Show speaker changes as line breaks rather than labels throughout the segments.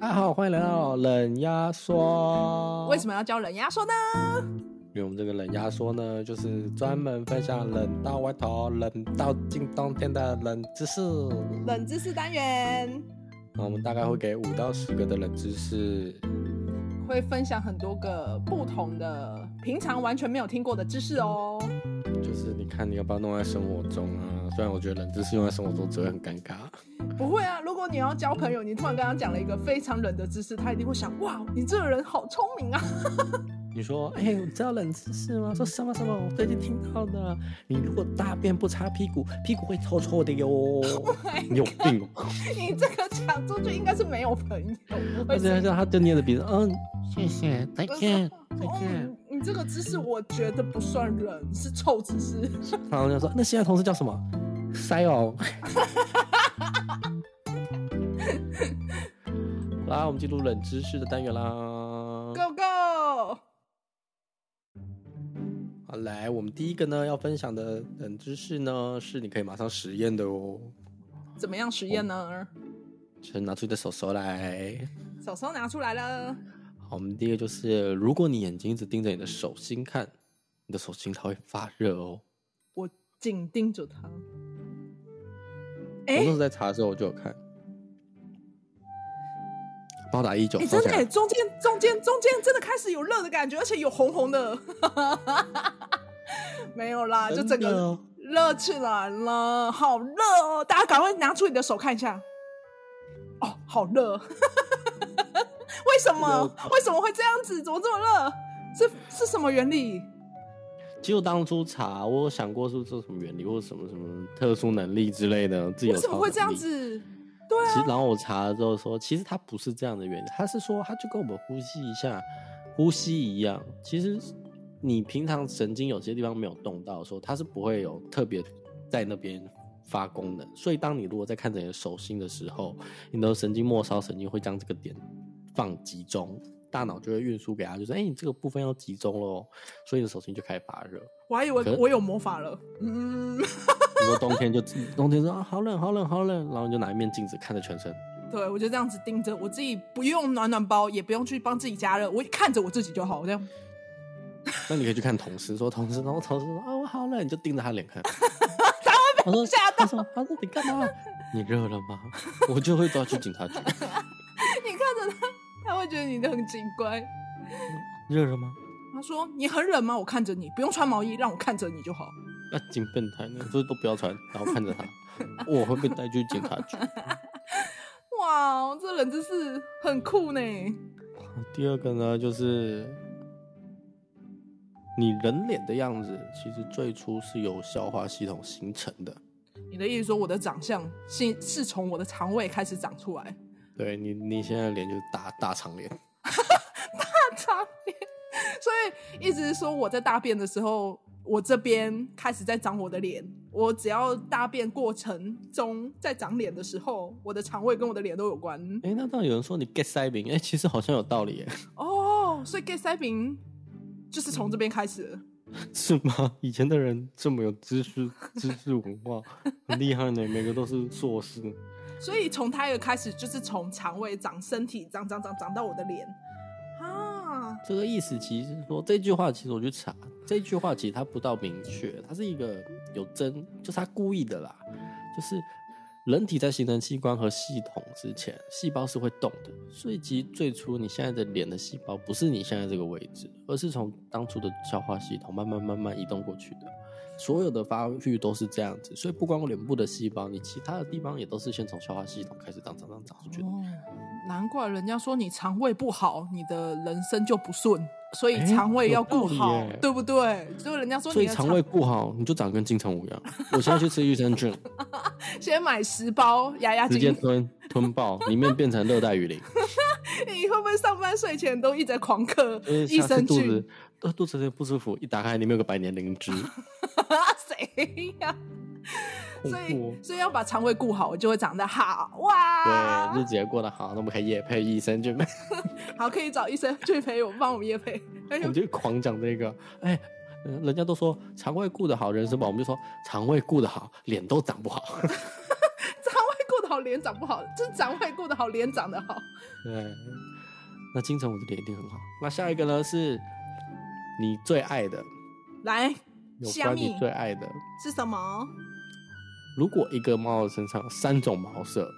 大家好，欢迎来到冷压缩。
为什么要教人压缩呢？
因为我们这个冷压缩呢，就是专门分享冷到外头、冷到进冬天的冷知识。
冷知识单元
那我们大概会给五到十个的冷知识，
会分享很多个不同的、平常完全没有听过的知识哦。
就是你看你要不要弄在生活中啊？虽然我觉得冷知识用在生活中只会很尴尬。
不会啊，如果你要交朋友，你突然跟他讲了一个非常冷的知识，他一定会想：哇，你这个人好聪明啊！
你说，哎、你知道冷知识吗？说什么什么？我最近听到的，你如果大便不擦屁股，屁股会臭臭的哟。 你有病 哦！
你这个讲出去应该是没有朋友。
而且他就捏着鼻子，嗯，谢谢，再
不是
见，再
哦
见。
你你这个知识我觉得不算冷，是臭知识。
然后就说：“那现在同事叫什么？塞哦。” 好啦，我们进入冷知识的单元啦。
Go go！
好，来，我们第一个呢要分享的冷知识呢，是你可以马上实验的哦。
怎么样实验呢？
先拿出你的手手来。
手手拿出来了，
好，我们第一个就是，如果你眼睛一直盯着你的手心看，你的手心它会发热哦。
我紧盯着他。
我
哎、
那时候在查的时候我就有看，包打一九，
哎、
收
真
起
的、
来
欸，中间中间中间真的开始有热的感觉，而且有红红的， 没有啦，就整
真的
个
哦
热起来了，好热哦！大家赶快拿出你的手看一下，哦，好热， 为什么
热
为什么会这样子？怎么这么热？是是什么原理？
其实我当初查，我有想过是不是这什么原理，或者什么什么特殊能力之类的，自己有
为什么会这样
超能力？
子？对啊，
其实然后我查了之后说，其实它不是这样的原理，它是说它就跟我们呼吸一下，呼吸一样。其实你平常神经有些地方没有动到的时候，它是不会有特别在那边发功能。所以当你如果在看着你的手心的时候，你的神经末梢神经会将这个点放集中，大脑就会运输给它，就是哎、你这个部分要集中喽，所以你的手心就开始发热。
我还以为
可
我有魔法了，嗯，
你说冬天就冬天说啊好冷好冷好冷，然后你就拿一面镜子看着全身，
对我就这样子盯着我自己，不用暖暖包，也不用去帮自己加热，我看着我自己就好，我这样。
那你可以去看同事说同事，然后同事说啊我好冷，你就盯着他脸看。他说
吓
他说他说你干嘛？你热了吗？我就会抓去警察局。
你看着他，他会觉得你的很奇怪。
热了吗？
他说：“你很冷吗？我看着你，不用穿毛衣，让我看着你就好。
那警笨蛋，你这都不要穿，然后看着他，我会被带去警察局。”
哇，这冷知识很酷呢！
第二个呢，就是你人脸的样子，其实最初是由消化系统形成的。
你的意思说我的长相是是从我的肠胃开始长出来？
对你，你现在的脸就是大大长脸。
肠边，所以一直说我在大便的时候，我这边开始在长我的脸。我只要大便过程中在长脸的时候，我的肠胃跟我的脸都有关。
哎、那当然有人说你 get 塞饼，哎、其实好像有道理耶，
哦，所以 gay 塞饼就是从这边开始的。
是吗？以前的人这么有知识、知识文化，很厉害呢，每个都是硕士。
所以从胎儿开始，就是从肠胃长、身体长、长、长、长到我的脸啊！
这个意思其实是说，这句话其实我去查，这句话其实它不到明确，它是一个有争，就是它故意的啦，就是人体在形成器官和系统之前，细胞是会动的，所以其实最初你现在的脸的细胞不是你现在这个位置，而是从当初的消化系统慢慢慢慢移动过去的。所有的发育都是这样子，所以不光脸部的细胞，你其他的地方也都是先从消化系统开始长长长长出去的。
哦，难怪人家说你肠胃不好，你的人生就不顺，所以
哎
肠胃要顾
有道
好
理耶，
对不对？所以人家说
所
你
以
的
肠胃不好，你就长得跟金城武一样。我现在去吃益生菌。
先买十包压压
直
惊，
接吞 吞爆，里面变成热带雨林。
你会不会上班睡前都一直在狂嗑
就是 哎
益
下次
生
肚
菌
子？呃肚子有点不舒服，一打开里面有个百年灵 芝，
谁呀？
恐
所
怖
以
哦。
所以要把肠胃顾好，我就会长得好哇
对，日！子也过得好，那我们可以夜配益生菌，
好，可以找医生去陪我帮我们夜配，哎 那
我们
就
就狂讲这个。哎，呃人家都说肠 胃顾得好，人生宝，我们就说肠胃顾得好，脸都长不好。
肠胃顾得好，好，脸长不好，就是长外过得好，脸长得好。
对，那金城武的脸一定很好。那下一个呢是你最爱的，
来，
有
虾
关你
米
最爱的。
是什么？
如果一个猫的身上有三种毛色，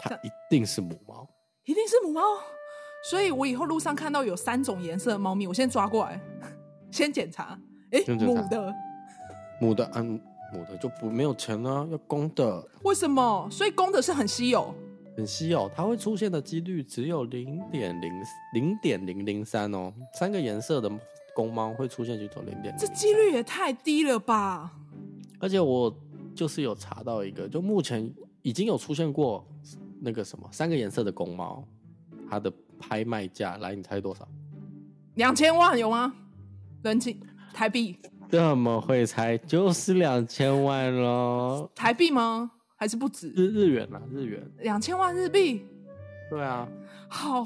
它一定是母猫。
一定是母猫。所以我以后路上看到有三种颜色的猫咪，我先抓过来，先检查。哎、
先检查
母的，
母的，嗯、母的就不没有钱啊，要公的，
为什么？所以公的是很稀有，
很稀有，它会出现的几率只有零点零零点零零三哦。三个颜色的公猫会出现只有零点，
这几率也太低了吧？
而且我就是有查到一个，就目前已经有出现过那个什么三个颜色的公猫，它的拍卖价来，你猜多少？
两千万有吗？人情台币，
这么会猜，就是两千万喽，
台币吗？还是不止？
日日元啊，日元，
两千万日币，
对啊，
好，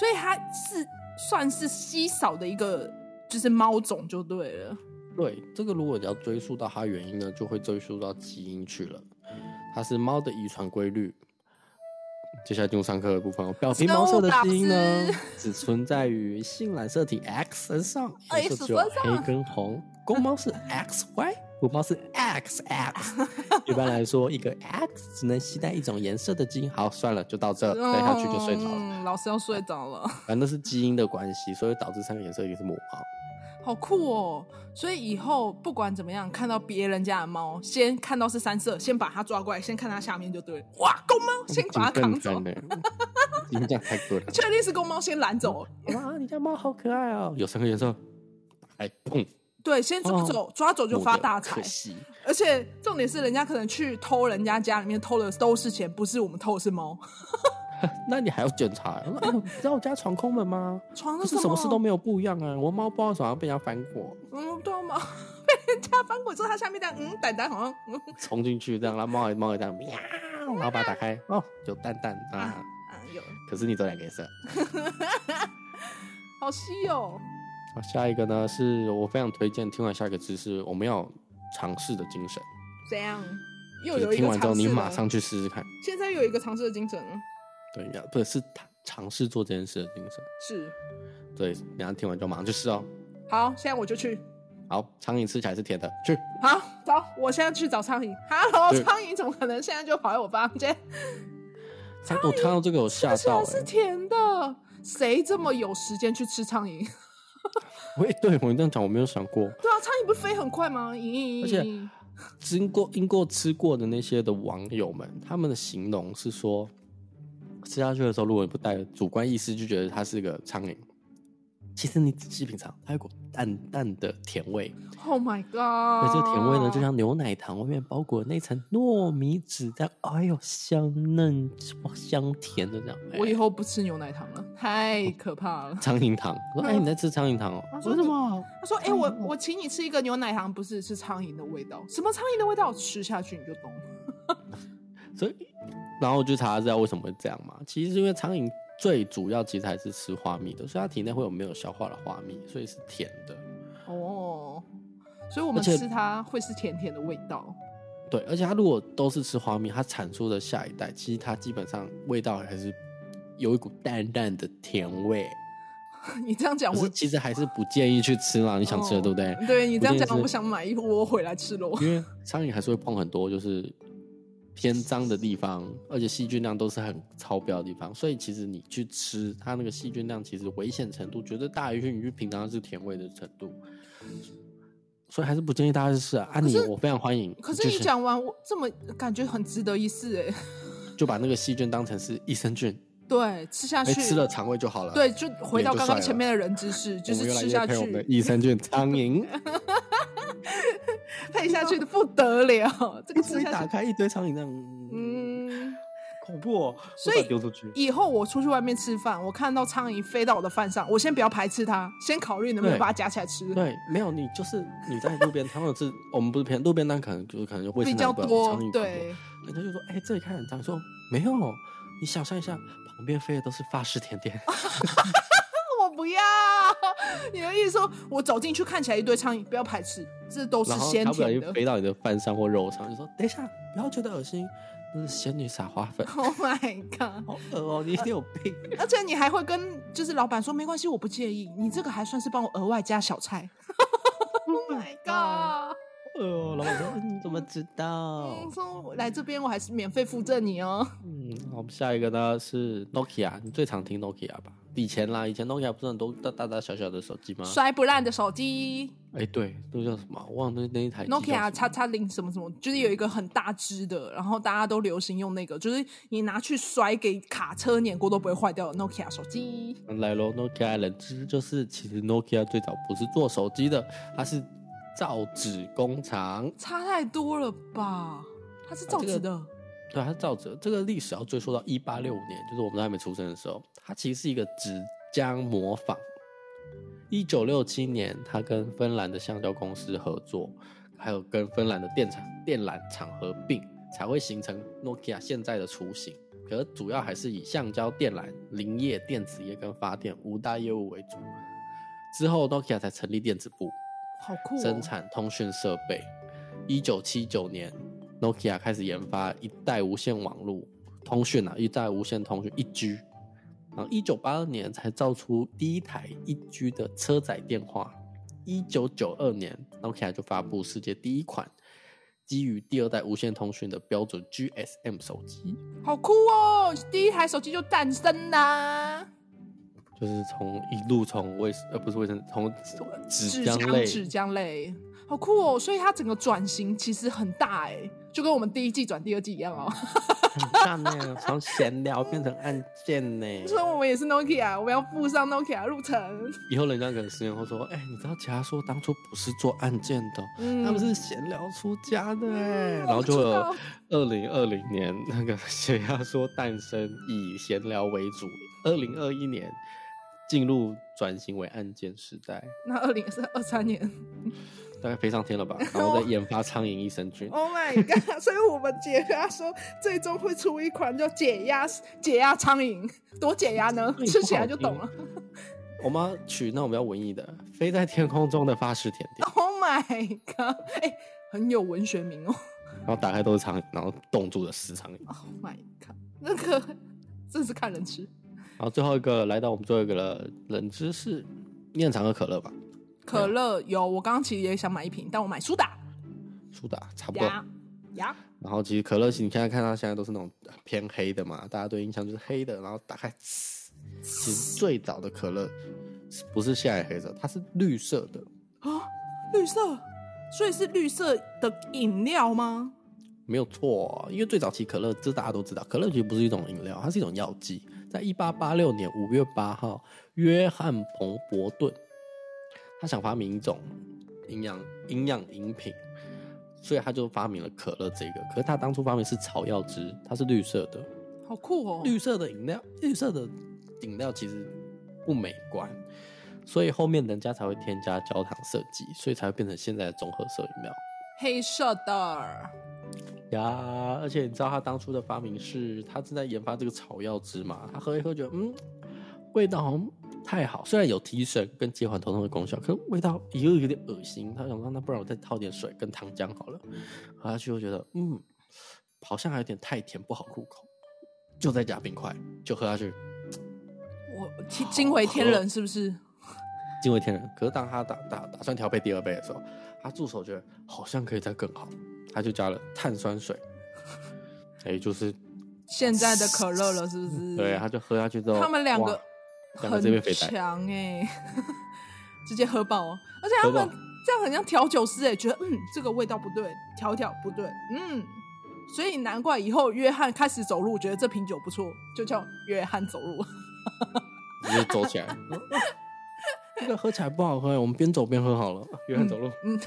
所以它是算是稀少的一个，就是猫种就对了。
对，这个如果你要追溯到它原因呢，就会追溯到基因去了，它是猫的遗传规律。接下来进入上课的部分哦，表皮毛色的基因呢
生物大，
只存在于性染色体 X 身上，
哎
颜色只有
什么
黑跟红。公猫是 XY，母猫是 XX。一般来说，一个 X 只能携带一种颜色的基因。好，算了，就到这，再下去就睡着了。
嗯，老师要睡着了。
反正是基因的关系，所以导致三个颜色一个是母猫。
好酷哦！所以以后不管怎么样，看到别人家的猫，先看到是三色，先把它抓过来，先看它下面就对了。哇，公猫， 先把它扛走，
的，你这样太贵了。
确定是公猫，先拦走。
哇，你家猫好可爱哦！有三个颜色，打开砰，
对，先抓走，抓走就发大
哦可
财。
惜，
而且重点是，人家可能去偷人家家里面偷的都是钱，不是我们偷的是猫。
那你还要检查？我说 哎呦，你知道我家床空门吗？
床
可
上
是什么事都没有不一样啊！我猫不知道怎么被人家翻过，
嗯，对啊，猫被人家翻滚之后，它下面这样，嗯，蛋蛋好像嗯
冲进去这样，然后猫也猫也这样喵，然后把它打开，哦，有蛋蛋啊
啊！啊有，
可是你只有两个颜色。
好稀有。
好，啊下一个呢，是我非常推荐听完下一个知识，我们要有尝试的精神，
怎样？又
就
有
是
一
听
个
完之后
尝试
你
的
马上去试试看。
现在又有一个尝试的精神了，
对，要不是尝尝试做这件事的精神。
是。
对，等一下听完之后马上去试哦。
好，现在我就去。
好，苍蝇吃起来是甜的，去。
好，走，我现在去找苍蝇。Hello，
对
苍蝇怎么可能现在就跑来我房间？
他我哦看到这个有吓
吃起
到、
来是
欸，
甜的，谁这么有时间去吃苍蝇？
我也对我这样讲我没有想过，
对啊，苍蝇不是飞很快吗？咦，
而且经过经过吃过的那些的网友们，他们的形容是说，吃下去的时候如果你不带主观意识，就觉得它是个苍蝇。其实你仔细品尝，它有股淡淡的甜味，
，Oh my god！
而这个甜味
哦
呢，就像牛奶糖外面包裹的那层糯米纸这样，哎呦，香嫩哇香甜的这样。哎
我以后不吃牛奶糖了，太可怕了。
苍蝇糖，我说哎、你在吃苍蝇糖哦？
他
我
说
说什么？
他说：“哎、我我请你吃一个牛奶糖，不是是苍蝇的味道，什么苍蝇的味道？吃下去你就懂了。
所以，然后我就查知道为什么会这样嘛？其实是因为苍蝇最主要其实还是吃花蜜的，所以它体内会有没有消化的花蜜，所以是甜的。
哦，所以我们
而且
吃它会是甜甜的味道。
对，而且它如果都是吃花蜜，它产出的下一代，其实它基本上味道还是有一股淡淡的甜味。
你这样讲，
可
我
是其实还是不建议去吃啦，你想吃的、
哦
对不对？
对你这样讲，
我
我想买一窝回来吃喽。
因为苍蝇还是会碰很多就是偏脏的地方，而且细菌量都是很超标的地方，所以其实你去吃它那个细菌量，其实危险程度绝对大于你去品尝它是甜味的程度，所以还是不建议大家去试啊。啊你，我非常欢迎，
可是
就
你讲完，我这么感觉很值得一试哎、
就把那个细菌当成是益生菌，
对，吃下
哎，
去，
吃了肠胃就好了。
对，就回到
脸就
刚刚
帅了
前面的人 知识，就
我们
是
又来
吃
夜
下
配我们的
去，
益生菌苍 蝇，
配下去的不 得了，这个
所
吃
以
下
打
去，
开一堆苍蝇，这样，嗯，
嗯。
恐怖、哦，
所以
我把它丢出去。
以后我出去外面吃饭，我看到苍蝇飞到我的饭上，我先不要排斥它，先考虑能不能
对
把它夹起来吃。
对，没有你就是你在路边摊或者是我们不是偏路边摊，可能就是可能就卫
比
生
较
纸不好
多
苍蝇，
对，
很多，人家就说哎、这里看很脏，说没有，你想象一下，旁边飞的都是法式甜点，
我不要。你的意思说，我走进去看起来一堆苍蝇，不要排斥，这都是
然后
鲜
它不小
甜
心
的。
飞到你的饭上或肉上，就说等一下，不要觉得恶心，那是仙女撒花粉，
Oh my god！
好恶哦、你一定有病。
而且你还会跟就是老板说没关系，我不介意，你这个还算是帮我额外加小菜。Oh my god！
哦，老板说嗯你怎么知道？
嗯，说我来这边我还是免费附赠你哦。
嗯，好我们下一个呢是 Nokia，你最常听 Nokia 吧？以前啦，以前 Nokia 不是很多大大大小小的手机吗？
摔不烂的手机
哎、对，那个叫什么？我忘了那那一台机叫什么
，Nokia 叉叉零什么什么，就是有一个很大只的，然后大家都流行用那个，就是你拿去摔给卡车碾过都不会坏掉的 Nokia 手机。
嗯来咯 Nokia 冷知就是，其实 Nokia 最早不是做手机的，它是造纸工厂。
差太多了吧？它是造纸的，
对，它是造纸。这个历史要追溯到一八六五年，就是我们都还没出生的时候。它其实是一个纸浆模仿。一九六七年，它跟芬兰的橡胶公司合作，还有跟芬兰的电厂电缆厂合并，才会形成 Nokia 现在的雏形。可是主要还是以橡胶、电缆、林业、电子业跟发电五大业务为主。之后，Nokia 才成立电子部，
好酷、哦！
生产通讯设备。一九七九年，Nokia 开始研发一代无线网络通讯啊，一代无线通讯一 G。然后一九八二年才造出第一台一 G 的车载电话。一九九二年，Nokia 就发布世界第一款基于第二代无线通讯的标准 GSM 手机。
好酷哦！第一台手机就诞生啦，
就是从一路从卫呃不是卫生从纸
纸
浆类
浆纸浆类，好酷哦！所以它整个转型其实很大哎、就跟我们第一季转第二季一样哦。
很大呢，从闲聊变成按键呢。
所以我们也是 Nokia，我们要步上 Nokia 路程。
以后人家可能十年后说：“哎、你知道其他说当初不是做案件的，
嗯
他们是闲聊出家的、哎，然后
我
就
知
有
道
二零二零年那个血压说诞生以闲聊为主，二零二一年进入转型为案件时代，
那二零是二三年
大概飞上天了吧？ 然后再研发苍蝇益生菌，
，Oh my god！所以我们解压说最终会出一款叫解压解压苍蝇，多解压呢？
苍蝇
吃起来就懂
不好
了。
我们要取那种比较文艺的，飞在天空中的发食甜点，
Oh my god！哎、很有文学名哦。
然后打开都是苍蝇，然后冻住了死苍蝇。
Oh my god！那个真是看人吃。
然后最后一个来到我们最后一个了，冷知识，你很常喝可乐吧？啊
可乐有，我刚刚其实也想买一瓶，但我买苏打。
苏打差不多。
呀呀，
然后其实可乐，你现在看它现在都是那种偏黑的嘛，大家对印象就是黑的。然后打开，呲其实最早的可乐是不是现在黑色，它是绿色的，
啊绿色，所以是绿色的饮料吗？
没有错、因为最早期可乐，这大家都知道，可乐其实不是一种饮料，它是一种药剂。在一八八六年五月八号，约翰·彭伯顿他想发明一种营养营养饮品，所以他就发明了可乐这个。可是他当初发明是草药汁，它是绿色的。
好酷哦！
绿色的饮料，绿色的饮料其实不美观，所以后面人家才会添加焦糖设计，所以才会变成现在的综合色饮料
黑色的，
呀。而且你知道他当初的发明是，他正在研发这个草药汁嘛，他喝一喝觉得嗯，味道好像不太好，虽然有提神跟减缓头痛的功效，可是味道又有点恶心。他想说，那不然我再泡点水跟糖浆好了，喝下去又觉得嗯，好像还有点太甜，不好入口，就再加冰块，就喝下去。
我惊惊为天
哦
人是不是？
惊为天人。可是当他打打打算调配第二杯的时候，他助手觉得好像可以再更好，他就加了碳酸水。哎、就是
现在的可乐了是不是？
对，他就喝下去之后，
他们两个
哇两个
很
直接被肥仔，
强哎、 直接喝爆哦！而且他
喝
们
爆
这样很像调酒师哎、觉得嗯这个味道不对，调一调不对，嗯，所以难怪以后约翰开始走路，觉得这瓶酒不错，就叫约翰走路。
直接走起来。嗯这个喝起来不好喝，我们边走边喝好了。约翰走路，
嗯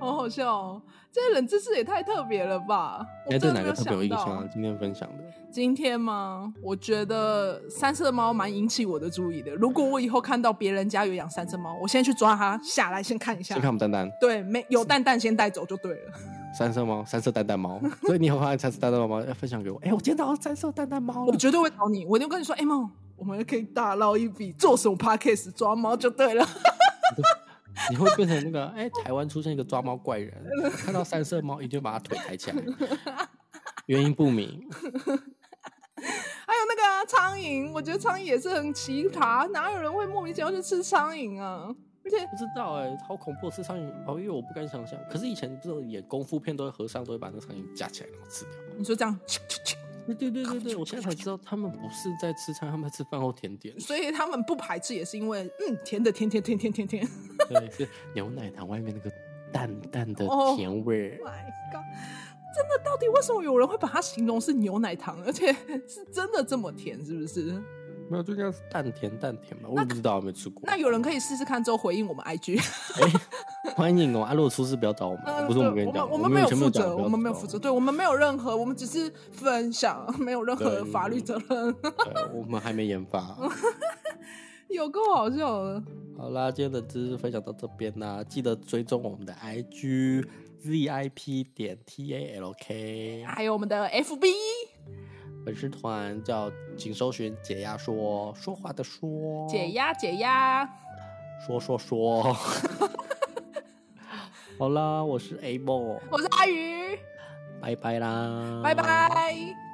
好好笑哦！这些冷知识也太特别了吧！我
哎、对
真
哪
的没
个特别有印
想
象
到
啊？。今天分享的，
今天吗？我觉得三色猫蛮引起我的注意的。如果我以后看到别人家有养三色猫，我先去抓它下来，先看一下
先。看我们丹丹
对，没有蛋蛋先带走就对了。
三色猫，三色蛋蛋猫。 所以你有看三色蛋蛋猫吗？要分享给我。哎、我今天找到三色蛋蛋猫
我
了。
绝对会找你，我一定会跟你说，哎、梦，我们可以大捞一笔，做什么 podcast 抓猫就对了。
你会变成那个哎、台湾出现一个抓猫怪人，看到三色猫一定会把它腿抬起来，原因不明。
还有那个、啊、苍蝇，我觉得苍蝇也是很奇葩，哪有人会莫名其妙去吃苍蝇啊？而且
不知道哎、好恐怖！吃苍蝇哦，因为我不敢想象。可是以前不是演功夫片，都会和尚都会把那个苍蝇夹起来然后吃掉。
你说这样，啾啾啾
对对对 对对，我现在才知道他们不是在吃苍蝇，他们在吃饭后甜 点。
所以他们不排斥，也是因为嗯，甜的甜甜甜甜甜甜。
对，是牛奶糖外面那个淡淡的
哦
甜味儿。
My God！真的，到底为什么有人会把它形容是牛奶糖，而且是真的这么甜？是不是？
没有，就这样是淡甜淡甜嘛，我也不知道，我没吃过。
那有人可以试试看，之后回应我们 IG。
哎，欢迎哦！啊，如果出事不要找我们，
嗯
不是呃我们跟你
对
讲，
我
们
们没
以
有
前没
负
有讲
责，我们没有负责，。对我们没有任何，我们只是分享，没有任何
对
法律责任。
不要讲呃对，我们还没研发。
有够好笑的，
好啦，今天的知识分享到这边啦，记得追踪我们的 IG zip 点 t a l k
还有我们的 FB，
粉丝团叫，请搜寻“解压说”，说话的说，
解压解压，
说说说。 好啦，我是 A b l
我是阿鱼，
拜拜啦，
拜。拜。